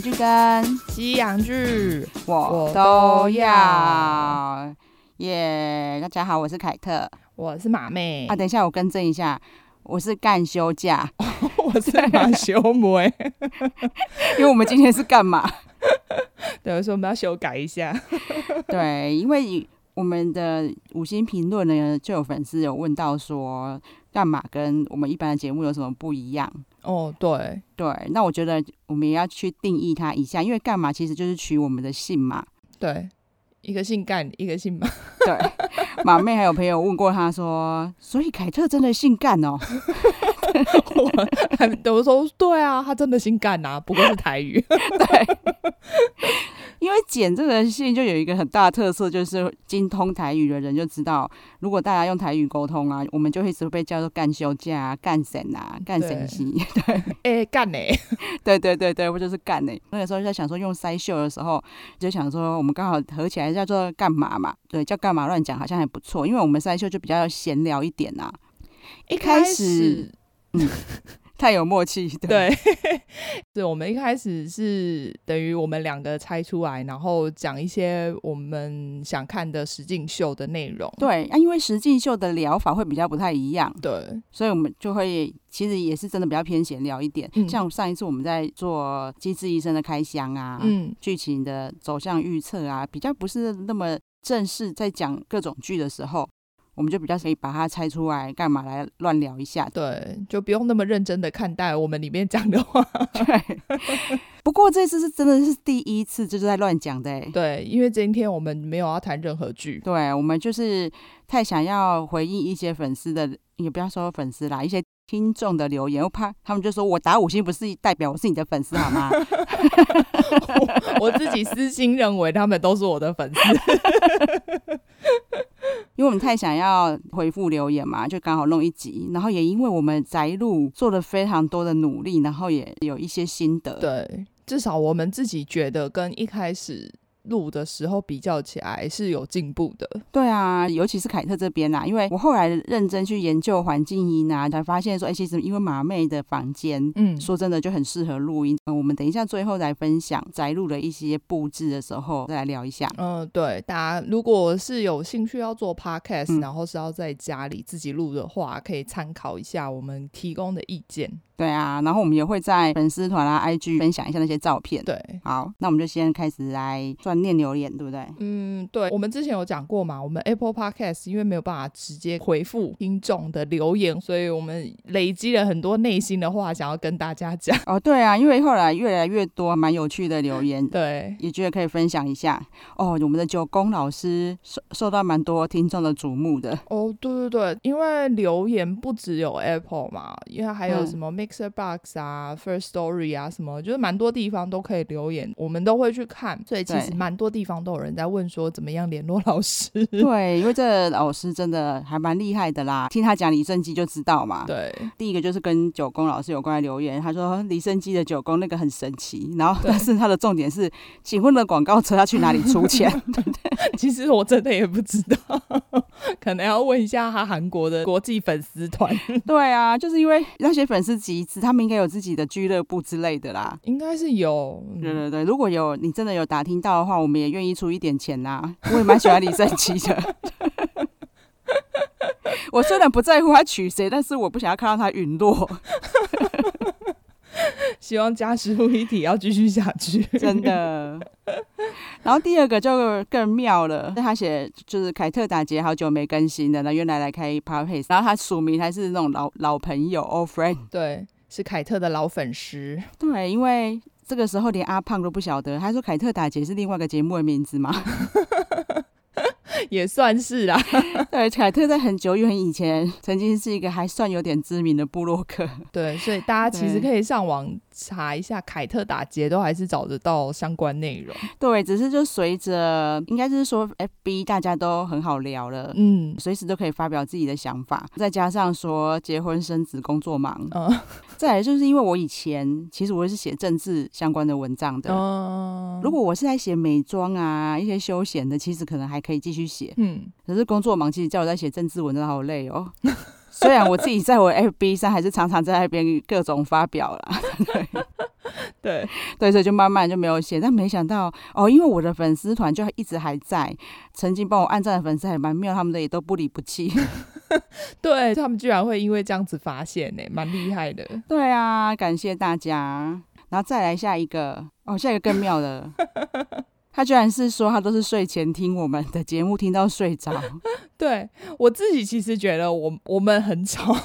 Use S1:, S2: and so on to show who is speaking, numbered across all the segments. S1: 剧跟
S2: 西洋剧，
S1: 我
S2: 我
S1: 都
S2: 都
S1: 要
S2: 要。哎
S1: 耶大家好，我是凯特。
S2: 我是马妹，
S1: 啊，等一下，我更正一下，我是干休假，
S2: 我是马修梅。
S1: 因为我们今天是干嘛？
S2: 对，所以我们要修改一下。
S1: 对，因为我们的五星评论呢，就有粉丝有问到说，干嘛跟我们一般的节目有什么不一样？
S2: 哦，对，
S1: 对，那我觉得我们也要去定义它一下，因为干嘛其实就是取我们的姓嘛。
S2: 对，一个姓干，一个姓 马。
S1: 对，马妹还有朋友问过他说，所以凯特真的姓干哦。
S2: 我还都说对啊，他真的姓干啊，不过是台 语。
S1: 因为简这个姓就有一个很大的特色，就是精通台语的人就知道，如果大家用台语沟通啊，我们就会一直被叫做干休假、啊、干神啊、干神西。
S2: 哎、干呢、
S1: 对对对对，我就是干呢、那个时候就在想说，用塞秀的时候就想说，我们刚好合起来叫做干嘛嘛？对，叫干嘛乱讲好像还不错，因为我们塞秀就比较闲聊一点啊，
S2: 一
S1: 开始太有默契。对，
S2: 对， 是我们一开始是等于我们两个猜出来，然后讲一些我们想看的实境秀的内容。
S1: 对啊，因为实境秀的疗法会比较不太一样，
S2: 对，
S1: 所以我们就会其实也是真的比较偏闲聊一点。
S2: 嗯
S1: 像上一次我们在做《机智医生》的开箱啊，
S2: 嗯，。
S1: 剧情的走向预测啊，比较不是那么正式在讲各种剧的时候，我们就比较可以把它拆出来，干嘛来乱聊一下
S2: 对，就不用那么认真的看待我们里面讲的话。
S1: 对，不过这次是真的是第一次就是在乱讲的、欸。
S2: 对，因为今天我们没有要谈任何剧，
S1: 对，我们就是太想要回应一些粉丝的，也不要说粉丝啦，一些听众的留言，我怕他们就说我打五星不是代表我是你的粉丝好吗？
S2: 我自己私心认为他们都是我的粉丝。
S1: 因为我们太想要回复留言嘛，就刚好弄一集，然后也因为我们宅录做了非常多的努力，然后也有一些心得。
S2: 对，至少我们自己觉得跟一开始录的时候比较起来是有进步的。
S1: 对啊，尤其是凯特这边啊，因为我后来认真去研究环境音啊，才发现说，哎、其实因为马妹的房间。
S2: 嗯
S1: 说真的就很适合录音、嗯我们等一下最后来分享宅录的一些布置的时候再来聊一下。
S2: 嗯、对，大家如果是有兴趣要做 podcast，、
S1: 嗯
S2: 然后是要在家里自己录的话，可以参考一下我们提供的意见。
S1: 对啊，然后我们也会在粉丝团啊、IG 分享一下那些照片。
S2: 对，
S1: 好，那我们就先开始来转念留言，对不对？
S2: 嗯，对，我们之前有讲过嘛，我们 Apple Podcast 因为没有办法直接回复听众的留言，所以我们累积了很多内心的话想要跟大家讲。
S1: 哦，对啊，因为后来越来越多蛮有趣的留言，
S2: 对，
S1: 也觉得可以分享一下。哦，我们的九宫老师受受到蛮多听众的瞩目的。
S2: 哦，对对对，因为留言不只有 Apple 嘛，因为还有
S1: 嗯
S2: 什么 Mixer Box 啊、First Story 啊，什么就是蛮多地方都可以留言，我们都会去看，所以其实
S1: 对
S2: 蛮多地方都有人在问说怎么样联络老 师。
S1: 对，因为这老师真的还蛮厉害的啦，听他讲李胜基就知道嘛。
S2: 对
S1: 第一个就是跟九宫老师有关的留言，他说李胜基的九宫那个很神奇，然后但是他的重点是，请问的广告车要去哪里出钱？
S2: 其实我真的也不知道，可能要问一下他韩国的国际粉丝团，
S1: 对啊，就是因为那些粉丝集资，他们应该有自己的俱乐部之类的啦。
S2: 应该是有。嗯
S1: 对对对，如果有你真的有打听到的话，我们也愿意出一点钱 啦。我也蛮喜欢李圣基的。 我虽然不在乎他娶谁，但是我不想要看到他陨落，
S2: 希望家师傅一体要继续下去。
S1: 真的。然后第二个就更妙了，他写就是凯特打劫好久没更新的，那原来来开 p o d c a s 然后他署名还是那种老老朋友 old friend，
S2: 对，是凯特的老粉丝。
S1: 对，因为这个时候连阿胖都不晓得，他说凯特打劫是另外一个节目的名字嘛，
S2: 也算是啦。
S1: 对，凯特在很久远以前曾经是一个还算有点知名的部落客。
S2: 对，所以大家其
S1: 对
S2: 实可以上网查一下凯特打劫，都还是找得到相关内容。
S1: 对，只是就随着，应该就是说，FB 大家都很好聊了。
S2: 嗯。
S1: 随时都可以发表自己的想法，再加上说结婚生子、工作忙，
S2: 嗯
S1: 再来就是因为我以前其实我是写政治相关的文章的。
S2: 嗯，
S1: 如果我是在写美妆啊、一些休闲的，其实可能还可以继续写。
S2: 嗯，
S1: 可是工作忙，其实叫我在写政治文章好累哦。 虽然我自己在我 FB 上还是常常在那边各种发表啦，
S2: 对，
S1: 对，所以就慢慢就没有写。但没想到哦，因为我的粉丝团就一直还在，曾经帮我按赞的粉丝还蛮妙，他们的也都不离不弃。
S2: 对他们居然会因为这样子发现呢、蛮厉害的。
S1: 对啊，感谢大家。然后再来下一个哦，下一个更妙 的，他居然是说他都是睡前听我们的节目，听到睡着。
S2: 对我自己其实觉得我我们很吵，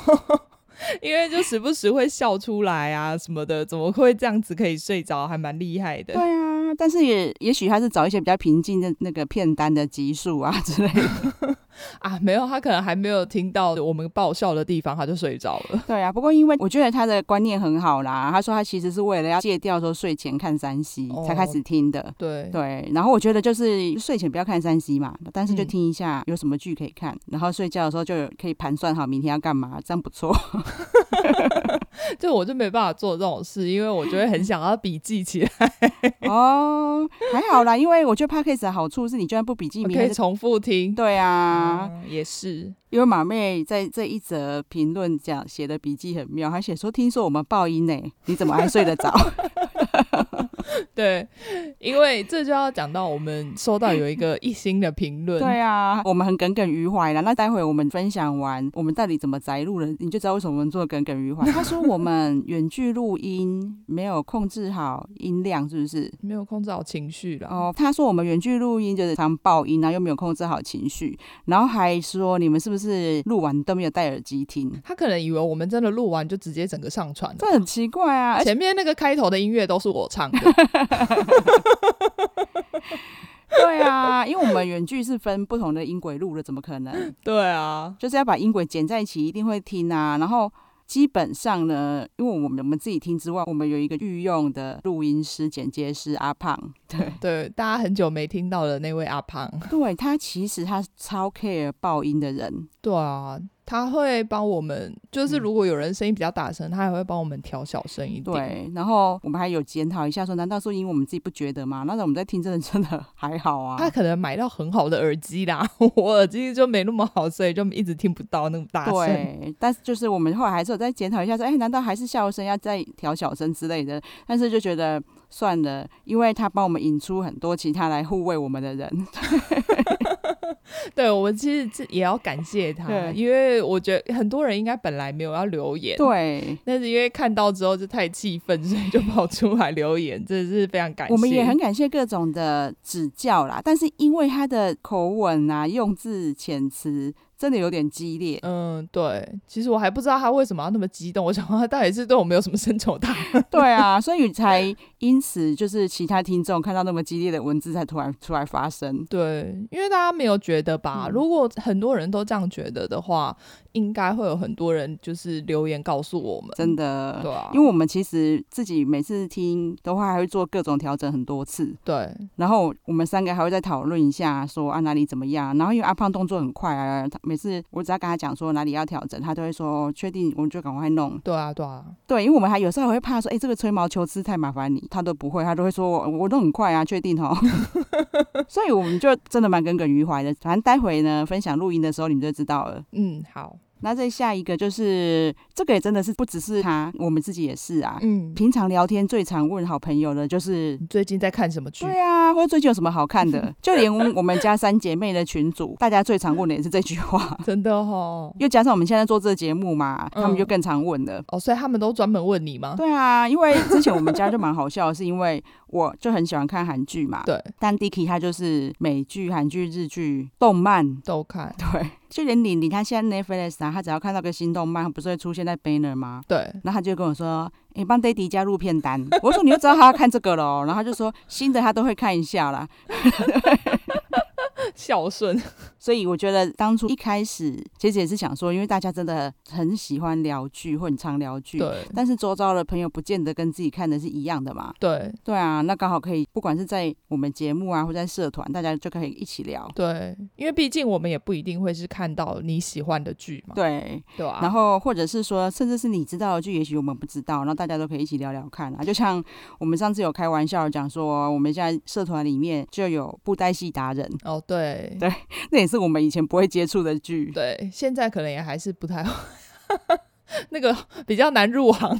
S2: 因为就时不时会笑出来啊什么的，怎么会这样子可以睡着，还蛮厉害的。
S1: 对啊，但是也也许他是找一些比较平静的那个片单的集数啊之类 的。
S2: 啊，没有，他可能还没有听到我们爆笑的地方，他就睡着了。
S1: 对啊，不过因为我觉得他的观念很好啦，他说他其实是为了要戒掉说睡前看三 C
S2: 哦
S1: 才开始听的。
S2: 对，
S1: 对，然后我觉得就是睡前不要看三 C 嘛，但是就
S2: 嗯
S1: 听一下有什么剧可以看，然后睡觉的时候就有可以盘算好明天要干嘛，这样不错。
S2: 就我就没办法做这种事，因为我就会很想要笔记起来，
S1: 哦，还好啦，因为我觉得 podcast 的好处 是你就算不笔记，
S2: 我
S1: 明
S2: 可
S1: 天
S2: 以
S1: 就
S2: 重复听。
S1: 对啊，
S2: 嗯，也是。
S1: 因为马妹在这一则评论讲写的笔记很妙，她写说听说我们爆音呢，你怎么还睡得 着？
S2: 对，因为这就要讲到我们收到有一个一星的评论，
S1: 对啊，我们很耿耿于怀啦。那待会我们分享完我们到底怎么摘录了，你就知道为什么我们做得耿耿于怀。他说我们远距录音没有控制好音量，是不是？
S2: 没有控制好情绪了。
S1: 哦，他说我们远距录音就是常爆音啊，又没有控制好情绪，然后还说你们是不是录完都没有戴耳机听？
S2: 他可能以为我们真的录完就直接整个上传了
S1: 这很奇怪 啊！而且
S2: 前面那个开头的音乐都是我 唱的，
S1: 对啊，因为我们远距是分不同的音轨录的，怎么可能？
S2: 对啊，
S1: 就是要把音轨剪在一起，一定会听啊。然后基本上呢，因为我们我们自己听之外，我们有一个御用的录音师、剪接师阿胖，对
S2: 对，大家很久没听到的那位阿胖，
S1: 对，他其实他超 care 爆音的人，
S2: 对啊，他会帮我们，就是
S1: 嗯
S2: 如果有人声音比较大声，他也会帮我们调小声一点。
S1: 对。然后我们还有检讨一下说，难道是因为我们自己不觉得吗？那我们在听真的 真的还好啊。
S2: 他可能买到很好的耳机啦， 我耳机就没那么好，所以就一直听不到那么大声。
S1: 对，但是就是我们后来还是有再检讨一下，说，哎、难道还是笑声要再调小声之类的？但是就觉得算了，因为他帮我们引出很多其他来护卫我们的人，
S2: 对，我其实这也要感谢他，
S1: 对
S2: 因为我觉得很多人应该本来没有要留言，
S1: 对，
S2: 但是因为看到之后就太气愤，所以就跑出来留言，真的是非常感谢。
S1: 我们也很感谢各种的指教啦，但是因为他的口吻啊、用字遣词真的有点激烈，
S2: 嗯，对，其实我还不知道他为什么要那么激动，我想说他到底是对我们有什么深仇大恨？
S1: 对啊，所以才因此就是其他听众看到那么激烈的文字才突然出来发
S2: 嗯
S1: 声。
S2: 对，因为大家没有觉得吧？
S1: 嗯
S2: 如果很多人都这样觉得的话，应该会有很多人就是留言告诉我们，
S1: 真的，
S2: 对啊，
S1: 因为我们其实自己每次听的话，还会做各种调整很多次，
S2: 对
S1: 然后我们三个还会再讨论一下，说啊哪里怎么样。然后因为阿胖动作很快啊，他每次我只要跟他讲说哪里要调整，他都会说哦确定，我们就赶快弄。
S2: 对啊，对啊，
S1: 对，因为我们还有时候还会怕说，哎、这个吹毛求疵太麻烦你，他都不会，他都会说我我都很快啊，确定哦。 所以我们就真的蛮耿耿于怀的。反正待会呢分享录音的时候你们就知道了。
S2: 嗯，好，
S1: 那再下一个就是这个也真的是不只是他，我们自己也是啊。
S2: 嗯，
S1: 平常聊天最常问好朋友的就是。
S2: 你最近在看什么剧？
S1: 对啊，或者最近有什么好看的？就连我们家三姐妹的群组，大家最常问的也是这句话。
S2: 真的哦，
S1: 又加上我们现在做这个节目嘛，他们
S2: 嗯
S1: 就更常问了。
S2: 哦，所以他们都专门问你吗？
S1: 对啊，因为之前我们家就蛮好笑的，是因为我就很喜欢看韩剧嘛。
S2: 对，
S1: 但 Dicky 他就是美剧、韩剧、日剧、动漫，
S2: 都看，
S1: 对，就连你，你看现在 Netflix 啊，他只要看到个新动漫，不是会出现在 banner 吗？
S2: 对，
S1: 然后他就跟我说：“诶，帮 Daddy 加入片 单。”我说：“你就知道他要看这个咯。”然后他就说：“新的他都会看一下啦。
S2: 孝顺，”
S1: 所以我觉得当初一开始其实也是想说，因为大家真的很喜欢聊剧，或很常聊剧，
S2: 对
S1: 但是周遭的朋友不见得跟自己看的是一样的嘛。
S2: 对
S1: 对啊，那刚好可以，不管是在我们节目啊，或在社团，大家就可以一起聊。
S2: 对，因为毕竟我们也不一定会是看到你喜欢的剧嘛，
S1: 对，
S2: 对啊吧、
S1: 然后或者是说，甚至是你知道的剧，也许我们不知道，然后大家都可以一起聊聊看啊。就像我们上次有开玩笑讲说，我们现在社团里面就有布袋戏达人，
S2: 哦，对，对
S1: 那也是我们以前不会接触的剧。
S2: 对，现在可能也还是不太 那个比较难入行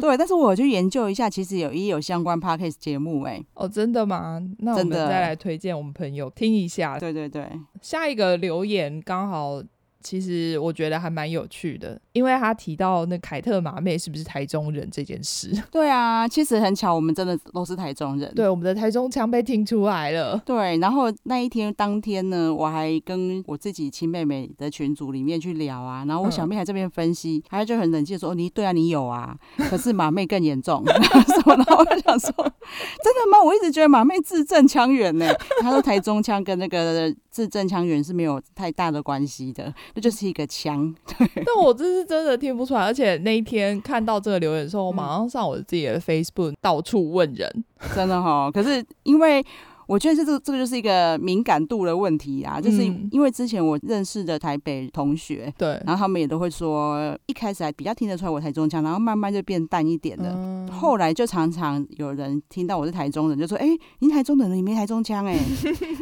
S1: 对，但是我有去研究一下，其实有也有相关 podcast 节目、欸，
S2: 哦，真的吗？那我
S1: 真
S2: 们
S1: 的
S2: 再来推荐我们朋友听一下
S1: 哎，。对对对，
S2: 下一个留言刚好，其实我觉得还蛮有趣的，因为他提到那凯特马妹是不是台中人这件事。
S1: 对啊，其实很巧，我们真的都是台中人。
S2: 对，我们的台中腔被听出来 了。
S1: 对，然后那一天当天呢，我还跟我自己亲妹妹的群组里面去聊啊，然后我
S2: 嗯
S1: 小妹还这边分析，她就很冷静地说：“哦，你对啊，你有啊，可是马妹更严重。” 什么？然后我就想说，真的吗？我一直觉得马妹字正腔圆呢。她说台中腔跟那个字正腔圆是没有太大的关系的，那就是一个腔。
S2: 但我这是真的听不出来，而且那一天看到这个留言的时候，我
S1: 嗯
S2: 马上上我自己的 Facebook 到处问人。
S1: 真的哈、可是因为我觉得这这这个就是一个敏感度的问题啊，就是
S2: 嗯
S1: 因为之前我认识的台北同学，
S2: 对，
S1: 然后他们也都会说，一开始还比较听得出来我台中腔，然后慢慢就变淡一点了。
S2: 嗯
S1: 后来就常常有人听到我是台中人，就说：“哎、你台中人，你没台中腔哎、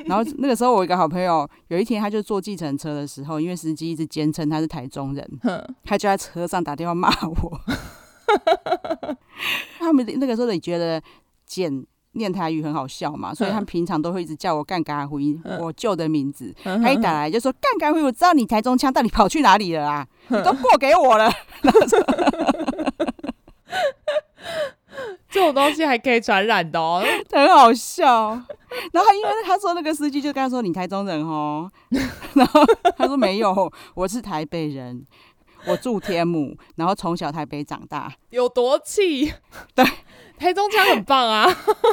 S1: 然后那个时候我有一个好朋友，有一天他就坐计程车的时候，因为司机一直坚称他是台中人，
S2: 哼
S1: 他就在车上打电话骂我。 他们那个时候也觉得简念台语很好笑嘛，所以他们平常都会一直叫我干嘎辉，
S2: 嗯
S1: 我旧的名字。
S2: 嗯
S1: 他一打来就说干干辉，我知道你台中腔到底跑去哪里了啊？
S2: 嗯
S1: 你都过给我了，
S2: 这种东西还可以传染的哦。
S1: 很好笑。然后他因为他说那个司机就跟他说你台中人哦， 然后他说没有，我是台北人，我住天母，然后从小台北长大。
S2: 有多气？
S1: 对，
S2: 台中腔很棒啊，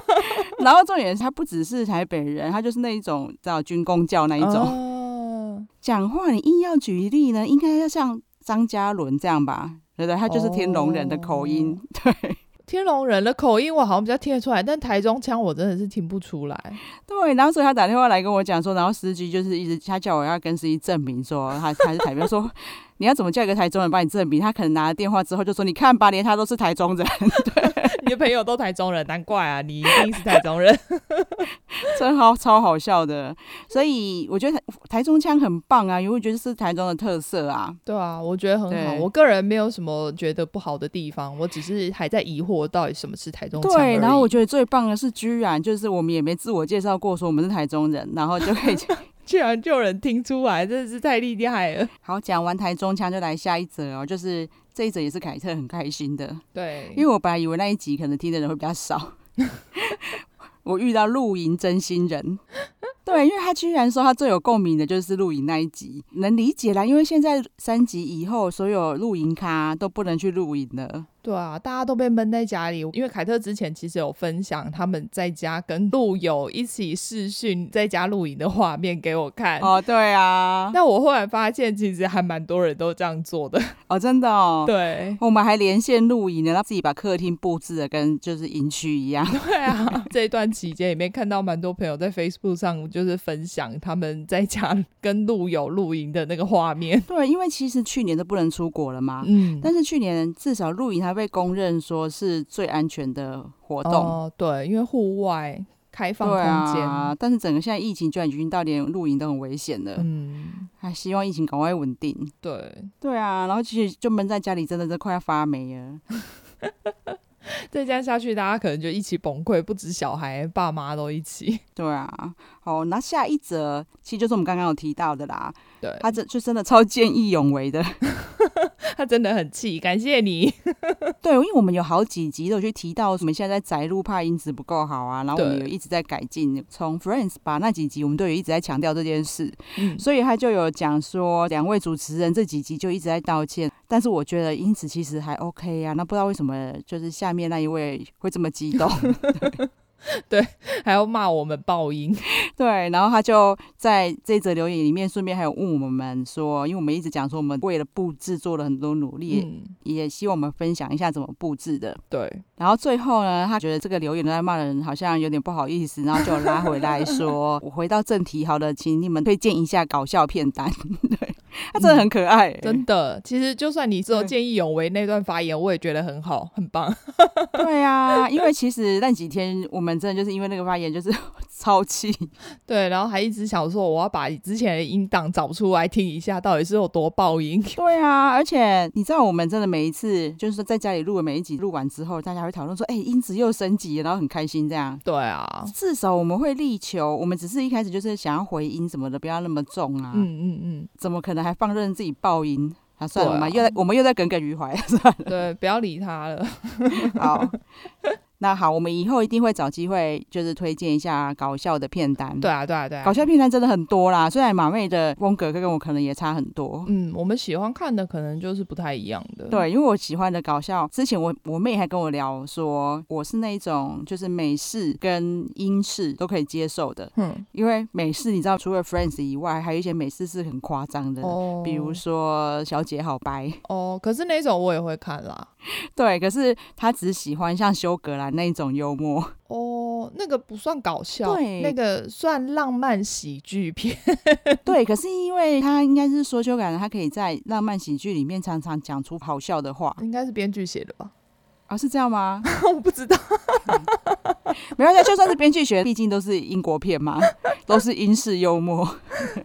S1: 然后重点是他不只是台北人，他就是那一种叫军工教那一种、
S2: 哦种。
S1: 讲话，你硬要举例呢，应该要像张嘉伦这样吧？对不对？他就是天龙人的口音，对
S2: 天龙人的口音我好像比较听得出来，但台中腔我真的是听不出来。
S1: 对。然后所以他打电话来跟我讲说，然后司机就是一直他叫我要跟司机证明说他他是台北，我说 你要怎么叫一个台中人帮你证明？他可能拿了电话之后就说你看吧，连他都是台中人，
S2: 你的朋友都台中人，难怪啊，你一定是台中人。
S1: 真好超好笑的。所以我觉得台台中腔很棒啊，因为我觉得是台中的特色啊。
S2: 对啊，我觉得很好。
S1: 对
S2: 我个人没有什么觉得不好的地方，我只是还在疑惑到底什么是台中腔而
S1: 对，
S2: 已
S1: 然后我觉得最棒的是，居然就是我们也没自我介绍过，说我们是台中人，然后就可以
S2: 居然就有人听出来，真的是太厉害了。
S1: 好讲完台中腔，就来下一则哦，就是这一则也是凯特很开心的，
S2: 对，
S1: 因为我本来以为那一集可能听的人会比较 少，我遇到露营真心人。对，因为他居然说他最有共鸣的就是露营那一集，能理解啦。因为现在三级以后，所有露营咖都不能去露营了。
S2: 对啊，大家都被闷在家里。因为凯特之前其实有分享他们在家跟路友一起视讯在家露营的画面给我看。
S1: 哦，对啊，
S2: 那我后来发现，其实还蛮多人都这样做的。
S1: 哦，真的哦。
S2: 对，
S1: 我们还连线露营呢，然后自己把客厅布置的跟就是营区一 样。
S2: 对啊，这一段期间里面看到蛮多朋友在 Facebook 上就是分享他们在家跟路友露营的那个画面。
S1: 对，因为其实去年都不能出国了嘛，
S2: 嗯，
S1: 但是去年至少露营还被公认说是最安全的活动。
S2: 哦，对，因为户外开放空
S1: 对
S2: 间，
S1: 啊，但是整个现在疫情居然已经到连露营都很危险了，
S2: 嗯，
S1: 还、希望疫情赶快稳定。
S2: 对，
S1: 对啊，然后其实就闷在家里，真的是快要发霉了。
S2: 再这样下去，大家可能就一起崩溃，不止小孩，爸妈都一起。
S1: 对啊，好，那下一则其实就是我们刚刚有提到的啦，
S2: 对，
S1: 他这就真的超见义勇为的，
S2: 他真的很气，感谢你。
S1: 对，因为我们有好几集都有去提到，我们现在在宅录怕音质不够好啊，然后我们有
S2: 对
S1: 一直在改进。从 Friends 吧那几集，我们都有一直在强调这件事，
S2: 嗯
S1: 所以他就有讲说，两位主持人这几集就一直在道歉，但是我觉得因此其实还 OK 啊。那不知道为什么，就是下面那一位会这么激 动，
S2: 还要骂我们爆音，
S1: 对，然后他就在这则留言里面顺便还有问我们说，因为我们一直讲说我们为了布置做了很多努力，
S2: 嗯，
S1: 也希望我们分享一下怎么布置的。
S2: 对，
S1: 然后最后呢，他觉得这个留言都在骂人，好像有点不好意思，然后就拉回来说：“我回到正题，好了，请你们推荐一下搞笑片单。 他真的很可爱、欸
S2: 真的，其实就算你只有
S1: 对
S2: 见义勇为那段发言，我也觉得很好，很棒。
S1: 对啊，因为其实那几天我们真的就是因为那个发言就是 超气，
S2: 对，然后还一直想说，我要把之前的音档找出来听一下，到底是有多爆音。
S1: 对啊，而且你知道我们真的每一次就是说在家里录的每一集录完之后，大家会讨论说，哎、音质又升级了，然后很开心这样。
S2: 对啊，
S1: 至少我们会力求，我们只是一开始就是想要回音什么的，不要那么重啊，
S2: 嗯嗯
S1: 怎么可能还放任自己爆音？啊，算了
S2: 对啊
S1: 嘛，又在我们又在耿耿于怀， 算
S2: 嗯，对，不要理他了。
S1: 了。好， 那好，我们以后一定会找机会，就是推荐一下搞笑的片单。
S2: 对啊，对啊，对啊
S1: 嗯搞。笑片段真的很多啦，虽然马妹的风格跟我可能也差很多。
S2: 嗯，我们喜欢看的可能就是不太一样的。，
S1: 对，因为我喜欢的搞笑，之前我我妹还跟我聊说，我是那一种就是美式跟英式都可以接受的，
S2: 嗯，
S1: 因为美式你知道，除了 Friends 以外，还有一些美式是很夸张的，
S2: 哦，
S1: 比如说《小姐好白》。
S2: 哦，可是那种我也会看啦。
S1: 对，可是她只喜欢像修格兰那一种幽默。
S2: 哦，那个不算搞笑，
S1: 对
S2: 那个算浪漫喜剧片。
S1: 对，可是因为她应该是说修格兰，她可以在浪漫喜剧里面常常讲出好笑的话
S2: 应该是编剧写的吧？
S1: 啊，是这样吗？
S2: 我不知道。
S1: 没关系，就算是编剧学，毕竟都是英国片嘛，都是英式幽默。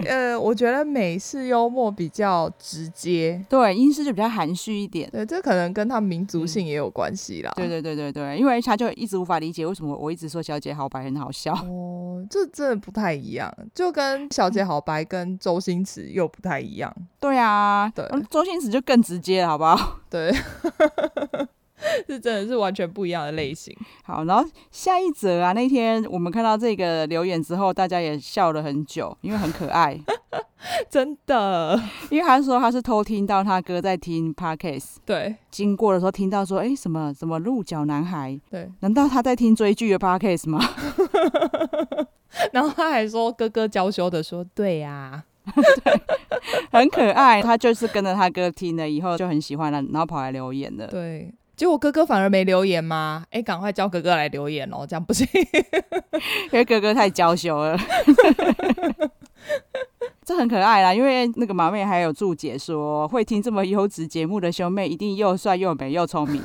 S2: 呃，我觉得美式幽默比较直接。
S1: 对，英式就比较含蓄一点。
S2: 对，这可能跟他民族性也有关系啦。
S1: 嗯对对对对对，因为他就一直无法理解为什么我一直说小姐好白很好笑。
S2: 哦，这真的不太一样，就跟《小姐好白》跟周星驰又不太一样。
S1: 对啊，
S2: 对
S1: 嗯周星驰就更直接了，好不好？
S2: 对， 是真的是完全不一样的类型。
S1: 好，然后下一则啊，那天我们看到这个留言之后，大家也笑了很久，因为很可爱。
S2: 真的，
S1: 因为他说他是偷听到他哥在听 podcast，
S2: 对
S1: 经过的时候听到说，哎，什么什么鹿角男孩，
S2: 对。
S1: 难道他在听追剧的 podcast 吗？
S2: 然后他还说哥哥娇羞的说：“对呀、
S1: 很可爱，他就是跟着他哥听了以后就很喜欢了，然后跑来留言了。
S2: 对。”结果哥哥反而没留言吗？哎，赶快叫哥哥来留言哦，这样不行。
S1: 因 为哥哥太娇羞了， 这很可爱啦。因为那个马妹还有注解说，会听这么优质节目的兄妹，一定又帅又美又聪明。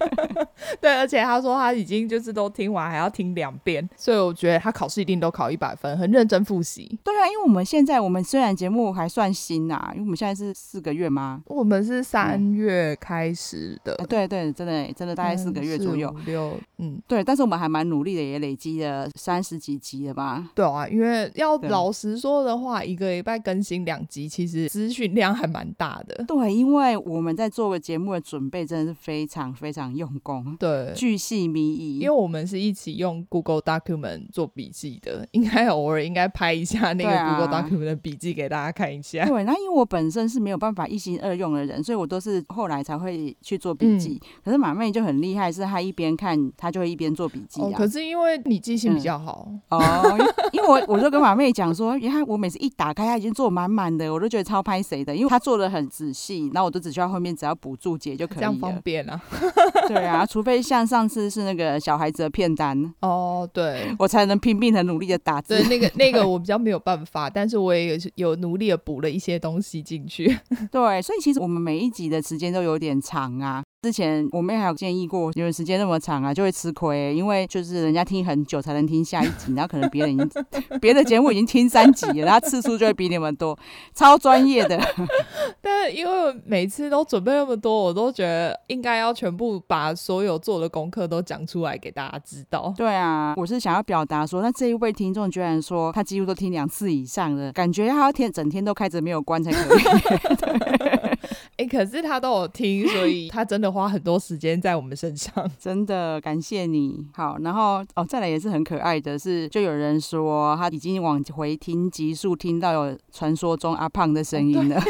S2: 对，而且他说他已经就是都听完，还要听两遍，所以我觉得他考试一定都考一百分，很认真复习。
S1: 对啊，因为我们现在我们虽然节目还算新啊，因为我们现在是四个月吗？
S2: 我们是三月开始的，
S1: 啊、对对，真的真的大概四个月左右。
S2: 嗯四五六，嗯，
S1: 对，但是我们还蛮努力的，也累积了三十几集了吧？
S2: 对啊，因为要
S1: 对
S2: 老实说的话，一个礼拜更新两集，其实资讯量还蛮大的。
S1: 对，因为我们在做个节目的准备真的是非常非常用功。
S2: 对，
S1: 巨细靡遗，
S2: 因为我们是一起用 Google Document 做笔记的，应该偶尔应该拍一下那
S1: 对
S2: 个
S1: 啊
S2: Google Document 的笔记给大家看一下。
S1: 对，那因为我本身是没有办法一心二用的人，所以我都是后来才会去做笔记。
S2: 嗯
S1: 可是马妹就很厉害，是她一边看，她就会一边做笔记
S2: 哦，
S1: 啊
S2: 可。是因为你记性比较好，
S1: 哦，因因为我我就跟马妹讲说，原来我每次一打开，她已经做满满的，我都觉得超拍谁的，因为她做的很仔细，然后我都只需要后面只要补注解就可
S2: 这
S1: 以
S2: 样方
S1: 了。
S2: 便啊。
S1: 对啊，除非像上次是那个小孩子的片单，
S2: 哦， 对。
S1: 我才能拼命很努力的打字
S2: 对，。那个那个我比较没有办法，但是我也有有努力的补了一些东西进去。
S1: 对，所以其实我们每一集的时间都有点长啊。之前我妹还有建议过，你们时间那么长啊，就会吃亏、因为就是人家听很久才能听下一集，然后可能别人已经别的节目已经听三集了，然后次数就会比你们多，超专业的。
S2: 但是因为我每次都准备那么多，我都觉得应该要全部把所有做的功课都讲出来给大家知道。
S1: 对啊，我是想要表达说，那这一位听众居然说他几乎都听两次以上的，感觉他要天整天都开着没有关才可以。
S2: 哎、可是他都有听，所以他真的花很多时间在我们身上。
S1: 真的感谢你。好，然后哦，再来也是很可爱的是，就有人说他已经往回听集数，听到有传说中阿胖的声音了。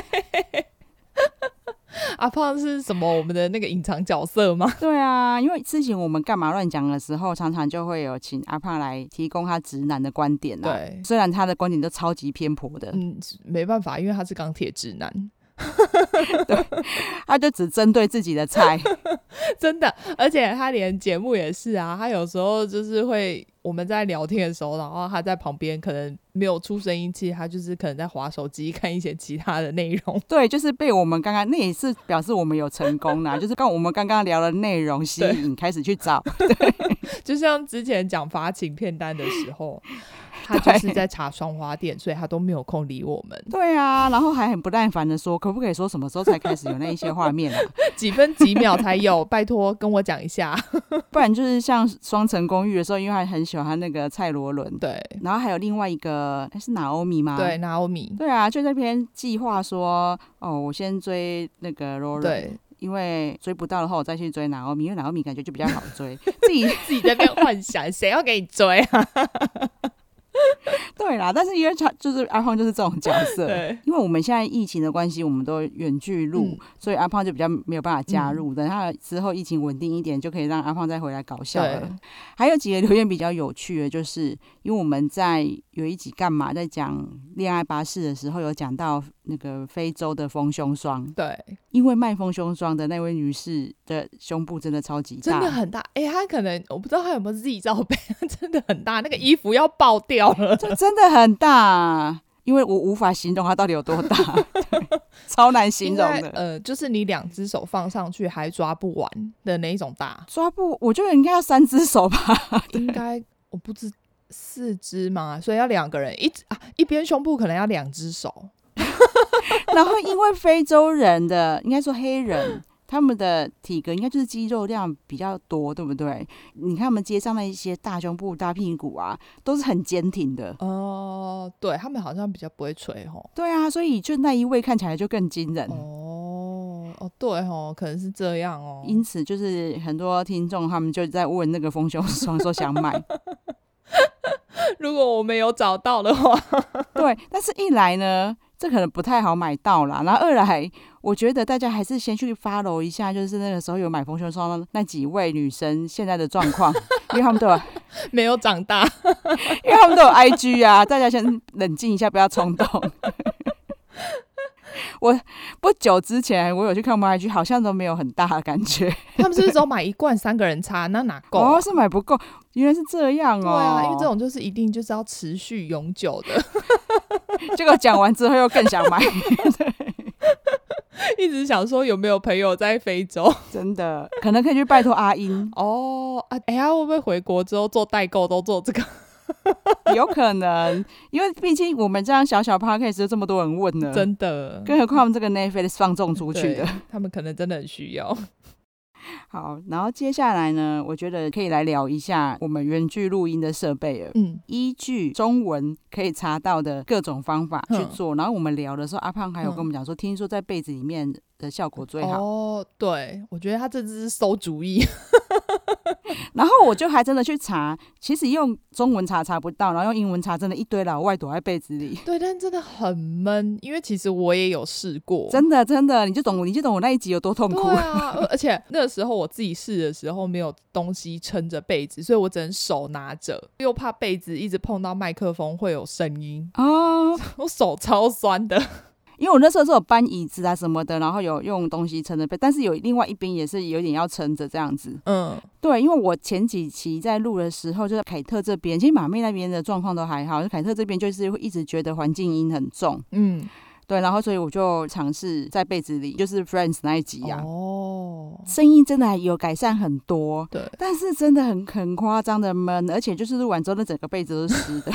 S2: 阿胖是什么？我们的那个隐藏角色吗？
S1: 对啊，因为之前我们干嘛乱讲的时候，常常就会有请阿胖来提供他直男的观点啊。
S2: 对，
S1: 虽然他的观点都超级偏颇的，
S2: 嗯，没办法，因为他是钢铁直男。
S1: 他就只针对自己的菜，
S2: 真的，而且他连节目也是啊，他有时候就是会我们在聊天的时候，然后他在旁边可能没有出声音器，他就是可能在划手机看一些其他的内容。
S1: 对，就是被我们刚刚那也是表示我们有成功啊啦，就是刚我们刚刚聊的内容吸引，开始去找，
S2: 就像之前讲发情片单的时候， 他就是在查双花店，所以他都没有空理我们。
S1: 对啊，然后还很不耐烦的说，可不可以说什么时候才开始有那一些画面啊？
S2: 几分几秒才有？拜托跟我讲一下。
S1: 不然就是像《双城公寓》的时候，因为他很喜欢那个蔡罗伦，
S2: 对
S1: 然后还有另外一个诶是哪欧米吗？
S2: 对，拿欧米，
S1: 对啊，就那篇计划说，哦，我先追那个罗伦，
S2: 对
S1: 因为追不到的话，我再去追拿欧米，因为拿欧米感觉就比较好追， 自己
S2: 自己在那边幻想，谁要给你追啊？
S1: 对啦，但是因为他就是阿胖就是这种角色。
S2: 对，
S1: 因为我们现在疫情的关系，我们都远距录，
S2: 嗯
S1: 所以阿胖就比较没有办法加入。等他之后疫情稳定一点，就可以让阿胖再回来搞笑了
S2: 对。
S1: 还有几个留言比较有趣的，就是因为我们在有一集干嘛在讲恋爱巴士的时候，有讲到那个非洲的丰胸霜，
S2: 对，
S1: 因为卖丰胸霜的那位女士的胸部真的超级
S2: 真
S1: 大，
S2: 的很大。哎、他可能我不知道他有没有 Z 罩杯， 真的很大，那个衣服要爆掉了。
S1: 这真的很大，因为我无法形容它到底有多大， 对超难形容
S2: 应该
S1: 的。
S2: 呃，就是你两只手放上去还抓不完的那一种大，
S1: 抓不，我觉得应该要三只手吧。
S2: 应该我不知四只嘛，所以要两个人一只啊，一边胸部可能要两只手，
S1: 然后因为非洲人的，应该说黑人。他们的体格应该就是肌肉量比较多，对不对？你看我们街上那一些大胸部、大屁股啊，都是很坚挺的。
S2: 哦、对他们好像比较不会吹吼。
S1: 对啊，所以就那一位看起来就更惊
S2: 嗯
S1: 人。
S2: 哦哦，对吼，可能是这样哦。
S1: 因此，就是很多听众他们就在问那个丰胸霜，说想买。
S2: 如果我们有找到的话，
S1: 对，但是一来呢，这可能不太好买到啦。然后二来，我觉得大家还是先去 follow 一下，就是那个时候有买丰胸霜的那几位女生现在的状况，因为他们都有，
S2: 没有长大，
S1: 因为他们都有 IG 啊， 大家先冷静一下，不要冲动。 我不久之前我有去看我们 IG，好像都没有很大的感觉。
S2: 他们是不是只有买一罐三个人擦？那哪够啊、
S1: 哦，是买不够，原来是这样哦。
S2: 对啊，因为这种就是一定就是要持续永久的，
S1: 结果讲完之后又更想买，
S2: 一直想说有没有朋友在非洲。
S1: 真的，可能可以去拜托阿英，
S2: 哦啊，哎、呀，会不会回国之后做代购都做这个？
S1: 有可能，因为毕竟我们这样小小 podcast 就这么多人问呢，
S2: 真的，
S1: 更何况我们这个 Netflix 放纵出去的
S2: 对。，他们可能真的很需要。
S1: 好，然后接下来呢，我觉得可以来聊一下我们原剧录音的设备了。
S2: 嗯，
S1: 依据中文可以查到的各种方法去做，然后我们聊的时候，阿胖还有跟我们讲说，听说在被子里面的效果最好。
S2: 哦，对，我觉得他这只是馊主意。
S1: 然后我就还真的去查，其实用中文查查不到，然后用英文查，真的一堆老外躲在被子里。
S2: 对，但真的很闷，因为其实我也有试过，
S1: 真的，真的，你就懂，你就懂我那一集有多痛苦。
S2: 哦对啊，而而且那时候我自己试的时候没有东西撑着被子，所以我只能手拿着，又怕被子一直碰到麦克风会有声音，
S1: 哦，
S2: 我手超酸的。
S1: 因为我那时候是有搬椅子啊什么的，然后有用东西撑着背，但是有另外一边也是有点要撑着这样子。
S2: 嗯，
S1: 对，因为我前几期在录的时候，就是凯特这边，其实马妹那边的状况都还好，就凯特这边就是会一直觉得环境音很重，
S2: 嗯，
S1: 对，然后所以我就尝试在被子里，就是 Friends 那一集啊，
S2: 哦，
S1: 声音真的还有改善很多。
S2: 对，
S1: 但是真的很很夸张的闷，而且就是录完之后，那整个被子都是湿的，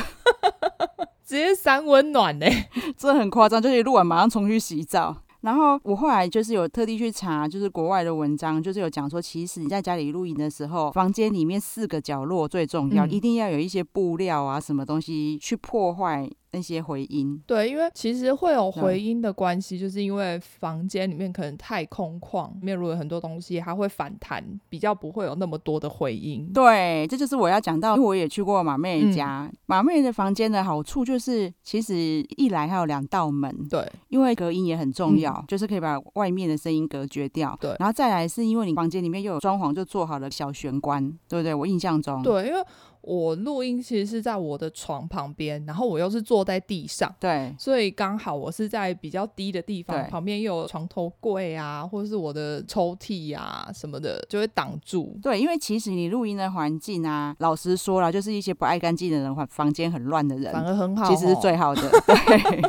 S2: 直接三温暖呢、欸
S1: 真的很夸张，就是录完马上冲去洗澡。然后我后来就是有特地去查，就是国外的文章，就是有讲说，其实你在家里露营的时候，房间里面四个角落最重要，
S2: 嗯
S1: 一定要有一些布料啊什么东西去破坏那些回音。
S2: 对，因为其实会有
S1: 对
S2: 回音的关系，就是因为房间里面可能太空旷，里面如果有很多东西，它会反弹，比较不会有那么多的回音。
S1: 对，这就是我要讲到，因为我也去过马妹家，马妹的房间的好处就是，其实一来还有两道门，
S2: 对
S1: 因为隔音也很重要，就是可以把外面的声音隔绝掉。
S2: 嗯对
S1: 然后再来是因为你房间里面又有装潢，就做好了小玄关，对不对？我印象中，
S2: 对，因为我录音其实是在我的床旁边，然后我又是坐在地上。
S1: 对，
S2: 所以刚好我是在比较低的地方，
S1: 对
S2: 旁边又有床头柜啊，或者是我的抽屉啊什么的，就会挡住。
S1: 对，因为其实你录音的环境啊，老实说了，就是一些不爱干净的人，房房间很乱的人，
S2: 反而很好哦，
S1: 其实是最好的。 对，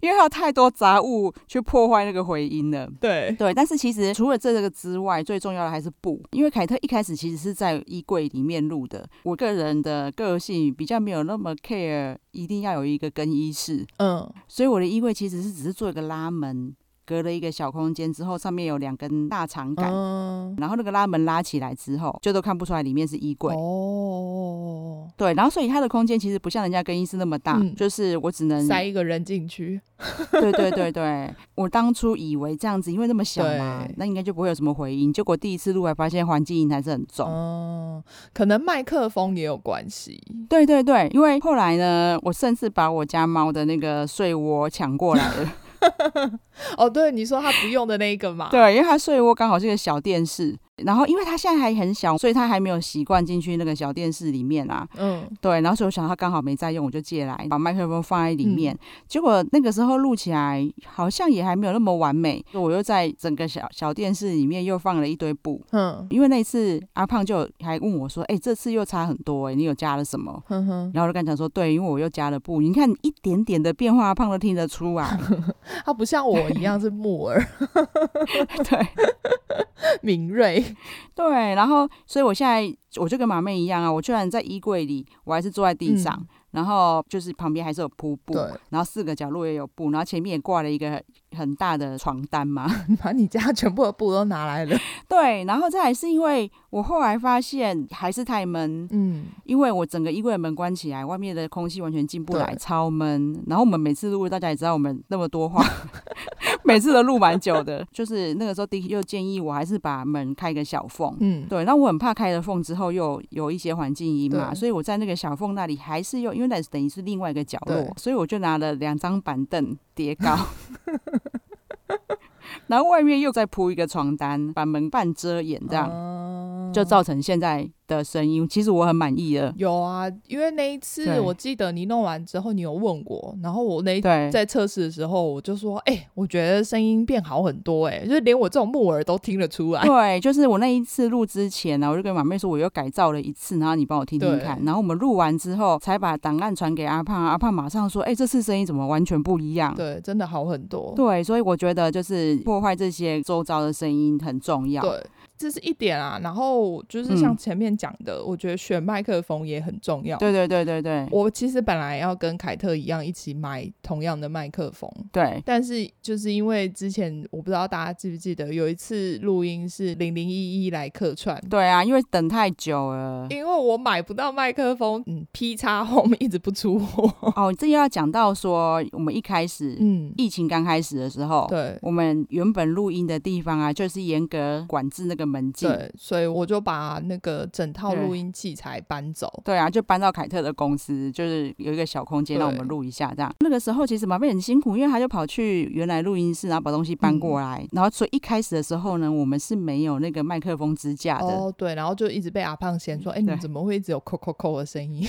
S1: 因为还有太多杂物去破坏那个回音了。
S2: 对
S1: 对，但是其实除了这个之外，最重要的还是布，因为凯特一开始其实是在衣柜里面录的。我个人的个性比较没有那么 care，一定要有一个更衣室，
S2: 嗯
S1: 所以我的衣柜其实是只是做一个拉门，隔了一个小空间之后，上面有两根大长杆。
S2: 嗯
S1: 然后那个拉门拉起来之后，就都看不出来里面是衣柜。
S2: 哦，
S1: 对，然后所以它的空间其实不像人家更衣室那么大，
S2: 嗯
S1: 就是我只能
S2: 塞一个人进去，
S1: 对对对对，我当初以为这样子，因为那么小嘛
S2: 对，
S1: 那应该就不会有什么回音。结果第一次录还发现环境音还是很重。
S2: 嗯，可能麦克风也有关系。
S1: 对对对，因为后来呢，我甚至把我家猫的那个睡窝抢过来 了。
S2: 哦，对，你说他不用的那一个嘛，
S1: 对，因为它睡窝刚好是个小电视，然后因为它现在还很小，所以它还没有习惯进去那个小电视里面啊。
S2: 嗯，
S1: 对，然后所以我想它刚好没在用，我就借来把麦克风放在里面。
S2: 嗯
S1: 结果那个时候录起来好像也还没有那么完美，我又在整个小小电视里面又放了一堆布。
S2: 嗯
S1: 因为那一次阿胖就有还问我说：“哎、这次又差很多哎、你有加了什么
S2: 哼哼？”，
S1: 然后我就跟他讲说：“对，因为我又加了布，你看一点点的变化，阿胖都听得出啊来。
S2: 他不像我一样是木耳
S1: 对
S2: 敏锐，
S1: 对，然后所以我现在我就跟马妹一样啊，我居然在衣柜里，我还是坐在地上，
S2: 嗯
S1: 然后就是旁边还是有铺布，
S2: 对，
S1: 然后四个角落也有布，然后前面也挂了一个很大的床单嘛。
S2: 把你家全部的布都拿来了，
S1: 对，然后再来是因为我后来发现还是太闷，
S2: 嗯，
S1: 因为我整个衣柜的门关起来，外面的空气完全进不来，
S2: 对
S1: 超闷。然后我们每次录，大家也知道我们那么多话， 每次都录蛮久的。就是那个时候，Dick 又建议我还是把门开个小缝。
S2: 嗯，
S1: 对，那我很怕开了缝之后又有一些环境音嘛，
S2: 对
S1: 所以我在那个小缝那里还是用，因为那等于是另外一个角落
S2: 对，
S1: 所以我就拿了两张板凳叠 高，然后外面又再铺一个床单，把门半遮掩，这样、
S2: 哦样
S1: 就造成现在的声音。其实我很满意了。
S2: 有啊，因为那一
S1: 对
S2: 次我记得你弄完之后，你有问我，然后我那一
S1: 对，
S2: 在测试的时候，我就说，哎、我觉得声音变好很多、哎，就是连我这种木耳都听得出 来。
S1: 对，啊就是我那一次录之前啊呢、我就跟马妹说，我又改造了一次，然后你帮我听听
S2: 对
S1: 看。然后我们录完之后，才把档案传给阿胖，阿胖马上说：“哎、这次声音怎么完全不一样？”
S2: 对，真的好很多。
S1: 对，所以我觉得就是破坏这些周遭的声音很重要。
S2: 对，这是一点啊。然后就是像前面讲的，我觉得选麦克风也很重要。
S1: 嗯对对对对对
S2: 我其实本来要跟凯特一样一起买同样的麦克风，
S1: 对
S2: 但是就是因为之前我不知道大家记不记得有一次录音是零零一一来客串，
S1: 对啊，因为等太久了。
S2: 因为我买不到麦克风，嗯，P 叉 Home 一直不 出货，
S1: 哦，这又要讲到说，我们一开始、
S2: 嗯，
S1: 疫情刚开始的时候，
S2: 对
S1: 我们原本录音的地方啊，就是严格管制那个门禁。
S2: 对，所以我就把那个整套
S1: 对
S2: 录音器材搬走，
S1: 对啊，就搬到凯特的公司，就是有一个小空间
S2: 对
S1: 让我们录一下这样。那个时候其实马妹很辛苦，因为她就跑去原来录音室，然后把东西搬
S2: 嗯
S1: 过来，然后所以一开始的时候呢，我们是没有那个麦克风支架的。嗯
S2: 哦，对，然后就一直被阿胖嫌说，哎、你
S1: 对
S2: 怎么会一直有扣扣扣的声音？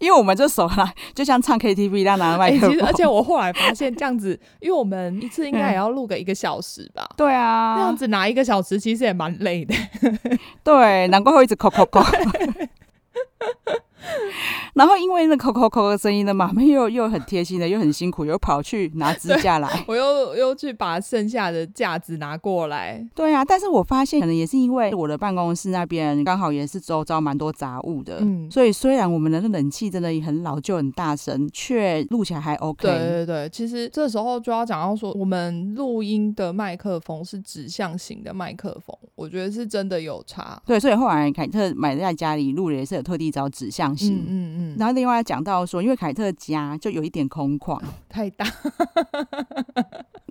S1: 因为我们就手拿，就像唱 KTV 一样拿着麦
S2: 哎、
S1: 克风。
S2: 其实而且我后来发现这样子，因为我们一次应该也要录个一个小时吧。
S1: 嗯对
S2: 那样
S1: 啊，
S2: 子拿一个小时其实也蛮累的，
S1: 对，难怪会一直扣扣 扣。然后因为那扣扣扣的声音呢，马妹又又很贴心的，又很辛苦，又跑去拿支架来。
S2: 我又又去把剩下的架子拿过来，
S1: 对啊，但是我发现可能也是因为我的办公室那边刚好也是周遭蛮多杂物的，
S2: 嗯，
S1: 所以虽然我们的那冷气真的也很老旧、很大声，却录起来还 OK。
S2: 对对对，其实这时候就要讲到说，我们录音的麦克风是指向型的麦克风，我觉得是真的有差。
S1: 对所以后来凯特买在家里录的也是有特地找指向型。
S2: 嗯嗯嗯，
S1: 然后另外 讲到说，因为凯特家就有一点空旷，
S2: 太大，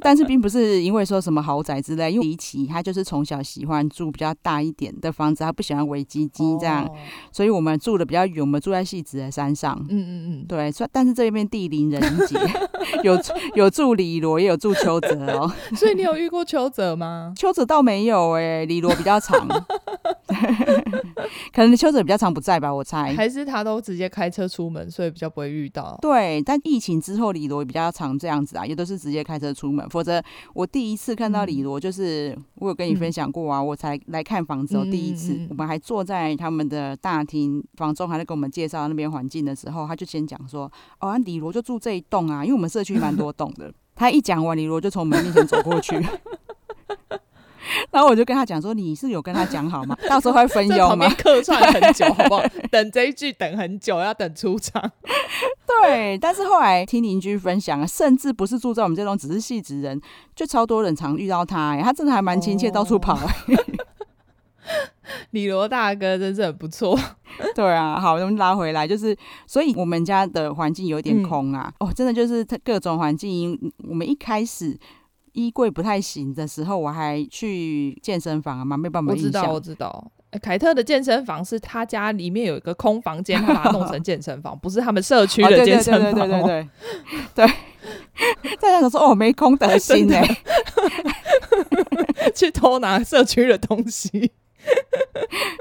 S1: 但是并不是因为说什么豪宅之类，因为离奇他就是从小喜欢住比较大一点的房子，他不喜欢围基基这样，
S2: 哦
S1: 所以我们住的比较远，我们住在戏子的山上。
S2: 嗯嗯嗯，
S1: 对，所以但是这边地灵人杰， 有有住李罗，也有住邱泽哦。
S2: 所以你有遇过邱泽 吗？
S1: 邱泽倒没有哎、李罗比较长， 可能邱泽比较长不在吧，我猜。
S2: 还是他都直接开车出门，所以比较不会遇到？
S1: 对，但疫情之后李罗比较常这样子啊，也都是直接开车出门。否则我第一次看到
S2: 嗯
S1: 李罗，就是、我有跟你分享过啊，我才来看房子哦，
S2: 嗯
S1: 第一次、
S2: 嗯嗯
S1: 我们还坐在他们的大厅，房仲还在给我们介绍那边环境的时候，他就先讲说，哦，啊李罗就住这一栋啊，因为我们社区蛮多栋的。他一讲完，李罗就从我们面前走过去。 然后我就跟他讲说：“你是有跟他讲好吗？到时候会分
S2: 在
S1: 忧
S2: 旁
S1: 吗
S2: 边？客串很 久，好不好？等这一句等很久，要等出场。
S1: 对，但是后来听邻居分享，甚至不是住在我们这栋，只是细职人，就超多人常遇到他、欸，他真的还蛮亲切，
S2: 哦
S1: 到处跑、欸。
S2: 李罗大哥真是很不错，
S1: 对啊，好，我们拉回来，就是所以我们家的环境有点
S2: 嗯
S1: 空啊，哦，真的就是它各种环境因，我们一开始。衣柜不太行的时候，我还去健身房啊，蛮没办法
S2: 我知
S1: 印
S2: 道，我
S1: 象。
S2: 知道。呃凯特的健身房是他家里面有一个空房间，他把它弄成健身 房，不是他们社区
S1: 哦
S2: 的
S1: 对对
S2: 健身
S1: 对对
S2: 房
S1: 对对
S2: 哦。
S1: 对 对，大家想说哦，没空 德心哎、欸，
S2: 去偷拿社区的东西。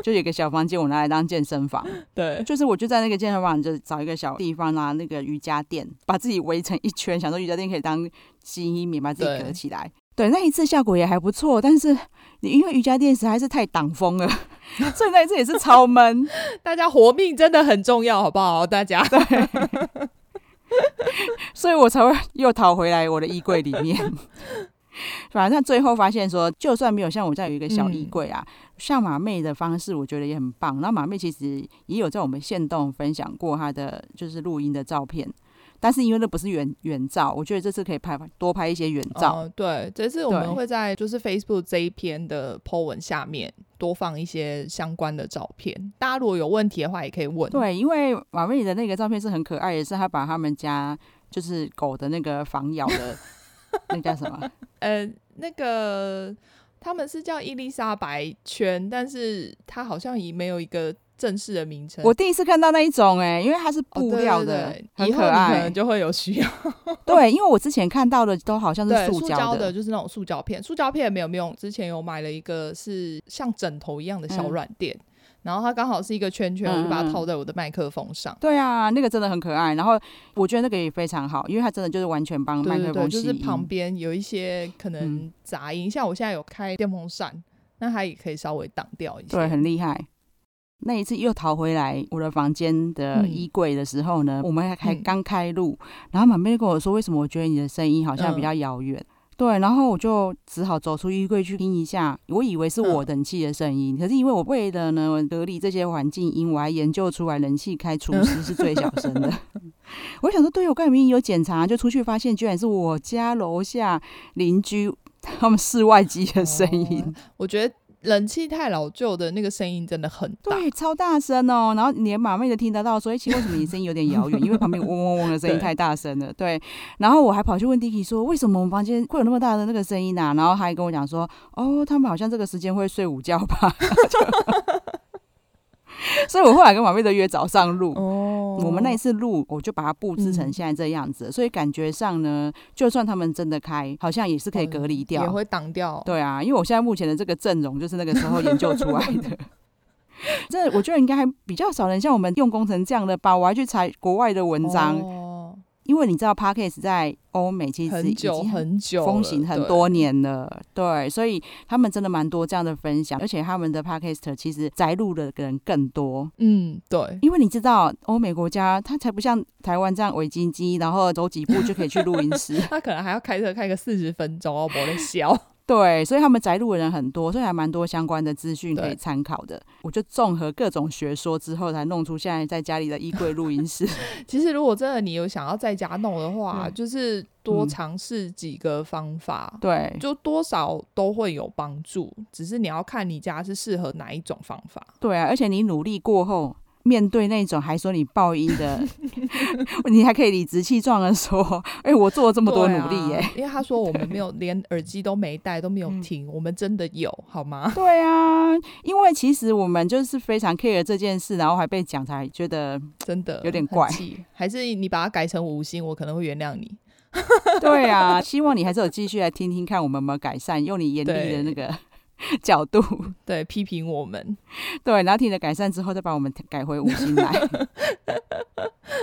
S1: 就有一个小房间，我拿来当健身房。
S2: 对，
S1: 就是我就在那个健身房，就找一个小地方啦，那个瑜伽垫，把自己围成一圈，想说瑜伽垫可以当吸音棉，把自己
S2: 对
S1: 隔起来。对，那一次效果也还不错，但是你因为瑜伽垫实在是太挡风了，所以那一次也是超闷。
S2: 大家活命真的很重要，好不好？大 家
S1: 所以我才会又逃回来我的衣柜里 面。反正最后发现说，就算没有像我这样有一个小衣柜
S2: 嗯
S1: 啊，像马妹的方式，我觉得也很棒。然后马妹其实也有在我们线动分享过她的就是录音的照片，但是因为那不是原原照，我觉得这次可以拍多拍一些原照。
S2: 嗯对，这次我们
S1: 对
S2: 会在就是 Facebook 这一篇的 po 文下面多放一些相关的照片，大家如果有问题的话也可以问。，
S1: 对，因为马妹的那个照片是很可爱，也是她把他们家就是狗的那个防咬 的那叫什么？
S2: 呃，那个他们是叫伊丽莎白圈，但是它好像也没有一个正式的名称。
S1: 我第一次看到那一种哎、因为它是
S2: 哦
S1: 布
S2: 对对
S1: 料的，
S2: 对
S1: 很
S2: 以后
S1: 可
S2: 你
S1: 爱。
S2: 可能就会有需 要。
S1: 对，因为我之前看到的都好像
S2: 哦对
S1: 是，塑
S2: 塑
S1: 胶
S2: 的，就是那种塑胶片，塑胶片没有没用。之前有买了一个是像枕头一样的小
S1: 嗯
S2: 软垫，然后它刚好是一个圈圈，
S1: 嗯
S2: 我就把
S1: 嗯
S2: 它
S1: 嗯
S2: 套在我的麦克风上。
S1: 对啊，那个真的很可爱。然后我觉得那个也非常好，因为它真的就是完全帮哦麦
S2: 对对
S1: 克
S2: 对，
S1: 风
S2: 就
S1: 吸
S2: 是
S1: 音。
S2: 旁边有一些可能
S1: 嗯
S2: 杂音，像我现在有开电风扇，那它也可以稍微挡掉一些。
S1: 对，很厉害。那一次又逃回来我的房间的
S2: 嗯
S1: 衣柜的时候呢，我们还还
S2: 嗯
S1: 刚开录，然后满妹跟我说，为什么我觉得你的声音好像比
S2: 嗯
S1: 较遥远？对，然后我就只好走出衣柜去听一下，我以为是
S2: 嗯
S1: 我冷气的声音，可是因为我为了呢隔离这些环境音，我还研究出来冷气开除湿是最小声 的。我想说，对我刚才明明有检查，就出去发现居然是我家楼下邻居他们室外机的声音。
S2: 哦我觉得冷气太老旧的那个声音真的很大。
S1: 对，超大声哦，然后连马妹都听得到，所以其实为什么你声音有点遥 远？因为旁边嗡嗡嗡的声音
S2: 对
S1: 太大声了。对，然后我还跑去问 Dicky 说，为什么我们房间会有那么大的那个声音啊？然后他还跟我讲说，哦，他们好像这个时间会睡午觉吧。 所以我后来跟马妹都约早上录。
S2: 哦
S1: 我们那一次录，我就把它布置成
S2: 嗯
S1: 现在这样子，所以感觉上呢，就算他们真的开，好像也是可以隔离掉，
S2: 也会挡掉。
S1: 对啊，因为我现在目前的这个阵容就是那个时候研究出来的。这我觉得应该还比较少人像我们用工成这样的吧。我还去查国外的文章，
S2: 哦
S1: 因为你知道 p a d k a s 在欧美其实已
S2: 很久
S1: 经
S2: 很久
S1: 风
S2: 了
S1: 行很
S2: 对
S1: 多年了，对，所以他们真的蛮多这样的分享，而且他们的 Podcast 其实摘录的人更多。
S2: 嗯，对，
S1: 因为你知道，欧美国家它才不像台湾这样围巾机，然后走几步就可以去录音室，
S2: 他可能还要开车开个四十分钟哦，我在笑。
S1: 对，所以他们宅路的人很多，所以还蛮多相关的资讯可以
S2: 对
S1: 参考的。我就综合各种学说之后，才弄出现在在家里的衣柜录音室。
S2: 其实如果真的你有想要在家弄的话，
S1: 嗯
S2: 就是多
S1: 嗯
S2: 尝试几个方法，
S1: 对，
S2: 就多少都会有帮助。只是你要看你家是适合哪一种方法。
S1: 对啊，而且你努力过后，面对那种还说你爆音 的，你还可以理直气壮的说：“哎、我做了这么多努力耶、嗯
S2: 对啊因为他说我们没有连耳机都没戴，都没有听，我们真的有好吗？
S1: 对啊，因为其实我们就是非常 care 这件事，然后还被讲才觉得，
S2: 真的
S1: 有点
S2: 很
S1: 怪
S2: 气，还是你把它改成五星，我可能会原谅你。
S1: 对啊，希望你还是有继续来听听看我们有没有改善，用你严厉的那个 角度，
S2: 对，批评我们，
S1: 对，然后听你的改善之后，再把我们改回五星来。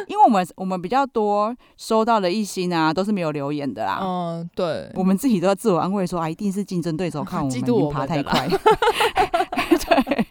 S1: 因为我们我们比较多收到的一星啊，都是没有留言的啦。
S2: 嗯，对，
S1: 我们自己都要自我安慰说啊，一定是竞争对手看我们
S2: 嫉
S1: 已
S2: 妒我
S1: 经
S2: 们
S1: 爬
S2: 的
S1: 太
S2: 啦
S1: 快。 对，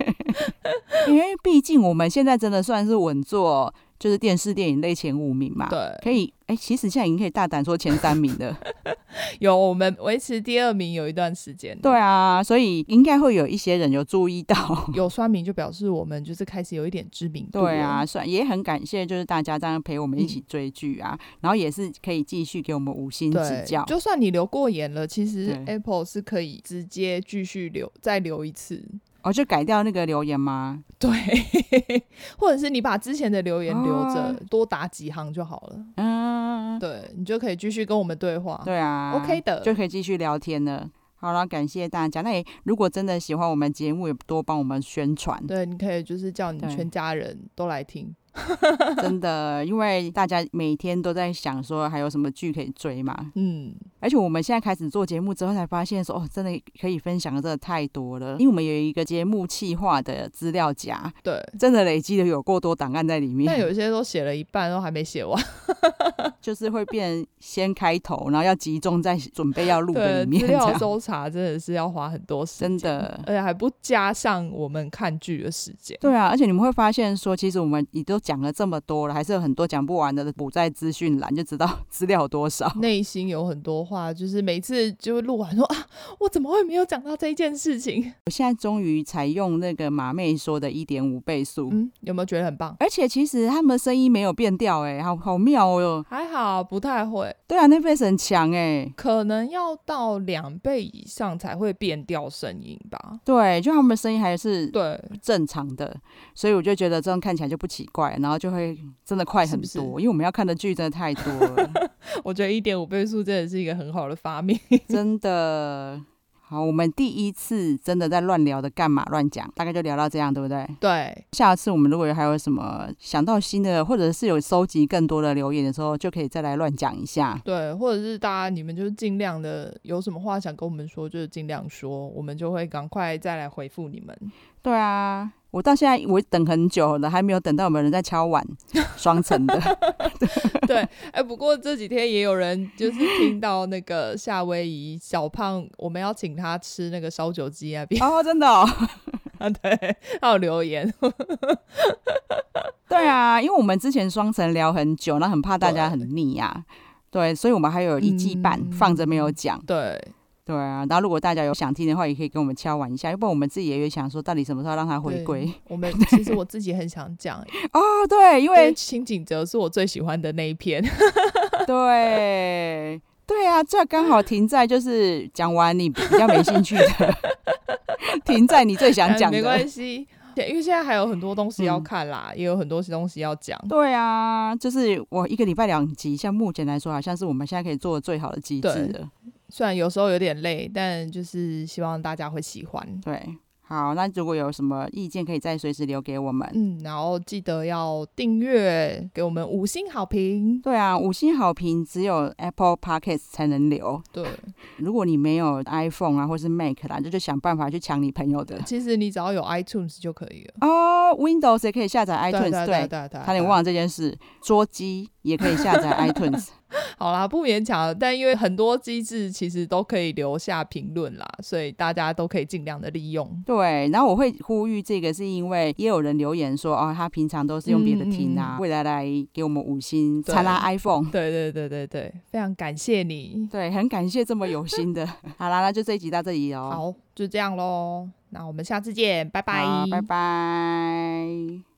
S1: 因为毕竟我们现在真的算是稳坐，就是电视电影类前五名嘛。
S2: 对，
S1: 可以，哎、其实现在已经可以大胆说前三名了。
S2: 有我们维持第二名有一段时间，
S1: 对，啊，所以应该会有一些人有注意到。
S2: 有刷名就表示我们就是开始有一点知名度，
S1: 对啊，，算也很感谢，就是大家这样陪我们一
S2: 嗯
S1: 起追剧啊，然后也是可以继续给我们五星指
S2: 对
S1: 教，。
S2: 就算你留过言了，其实
S1: 对
S2: Apple 是可以直接继续留，再留一次。
S1: 哦，就改掉那个留言吗？
S2: 对， 或者是你把之前的留言留着，
S1: 啊
S2: 多打几行就好了。
S1: 嗯，
S2: 对你就可以继续跟我们对话。
S1: 对啊
S2: OK 的
S1: 就可以继续聊天了。好了，感谢大家。那也如果真的喜欢我们节目，也多帮我们宣传，
S2: 对，你可以就是叫你
S1: 对
S2: 全家人都来听。
S1: 真的，因为大家每天都在想说还有什么剧可以追嘛。
S2: 嗯，
S1: 而且我们现在开始做节目之后，才发现说哦，真的可以分享的真的太多了。因为我们有一个节目企划的资料夹，
S2: 对。
S1: 真的累积的有过多档案在里
S2: 但
S1: 面，
S2: 有些都写了一半，都还没写完。
S1: 就是会变先开头，然后要集中在准备要录的
S2: 对，
S1: 里面
S2: 资
S1: 这
S2: 料
S1: 样。
S2: 搜查真的是要花很多时间，
S1: 真的
S2: 而且还不加上我们看剧的时间。
S1: 对啊，而且你们会发现说，其实我们也都讲了这么多了，还是有很多讲不完的补在资讯栏，就知道资料有多少。
S2: 内心有很多话，就是每次就录完说啊，我怎么会没有讲到这一件事情？
S1: 我现在终于采用那个马妹说的一点五倍速，
S2: 嗯，有没有觉得很棒？
S1: 而且其实他们的声音没有变调、欸，哎，好好妙哦哟。
S2: 还好，不太会，
S1: 对啊，那 face 很强哎、
S2: 可能要到两倍以上才会变调声音吧。
S1: 对，就他们的声音还是
S2: 对，
S1: 正常的，所以我就觉得这样看起来就不奇怪，然后就会真的快很多，
S2: 是不
S1: 因为我们要看的剧真的太多 了。
S2: 我觉得一点五倍速真的是一个很好的发明。
S1: 真的。好，我们第一次真的在乱聊的干嘛乱讲，大概就聊到这样，对不对？
S2: 对，
S1: 下次我们如果还有什么想到新的，或者是有收集更多的留言的时候，就可以再来乱讲一下。
S2: 对，或者是大家你们就是尽量的，有什么话想跟我们说，就是尽量说，我们就会赶快再来回复你们。
S1: 对啊，我到现在我等很久了，还没有等到有没有人在敲碗双层 的。
S2: 哎、不过这几天也有人就是 听到那个夏威夷小胖，我们要请他吃那个烧酒鸡那边，
S1: 哦，真的、哦。
S2: 啊，对，他有留言，
S1: 对啊，因为我们之前双层聊很久，那很怕大家很腻呀、啊对，所以我们还有一季半、
S2: 嗯
S1: 放着没有讲。
S2: 对，
S1: 对啊，然后如果大家有想听的话，也可以跟我们敲完一下，要不然我们自己也有想说，到底什么时候让它回
S2: 对
S1: 归？
S2: 我们其实我自己很想讲，
S1: 哦，对，因
S2: 因为
S1: 为
S2: 清景泽是我最喜欢的那一篇，
S1: 对对啊，这刚好停在就是讲完你比较没兴趣的， 停在你最想讲
S2: 哎没关
S1: 的。
S2: 系，对因为现在还有很多东西要
S1: 嗯
S2: 看啦，也有很多东西要讲，
S1: 对啊，就是我一个礼拜两集，像目前来说，好像是我们现在可以做的最好的机制
S2: 对
S1: 了。
S2: 虽然有时候有点累，但就是希望大家会喜欢。
S1: 对，好，那如果有什么意见，可以再随时留给我们。
S2: 嗯，然后记得要订阅，给我们五星好评。
S1: 对啊，五星好评只有 Apple Podcast 才能留。
S2: 对，
S1: 如果你没有 iPhone 啊，或是 Mac 啦，就就想办法去抢你朋友的。
S2: 其实你只要有 iTunes 就可以了。
S1: 哦、w i n d o w s 也可以下载 iTunes，
S2: 对对对啊对，
S1: 差
S2: 差
S1: 点忘。了这件事。桌机也可以下 载 iTunes，
S2: 好啦，不勉强，但因为很多机制其实都可以留下评论啦，所以大家都可以尽量的利用。
S1: 对。然后我会呼吁这个，是因为也有人留言说，哦，他平常都是用别的听啊，
S2: 嗯
S1: 未来来给我们五星，
S2: 对
S1: 查拉 iPhone。
S2: 对对对对对，非常感谢你。
S1: 对，很感谢这么有心 的。好啦，那就这一集到这里哦。
S2: 好，就这样喽，那我们下次见，拜拜，
S1: 好拜拜。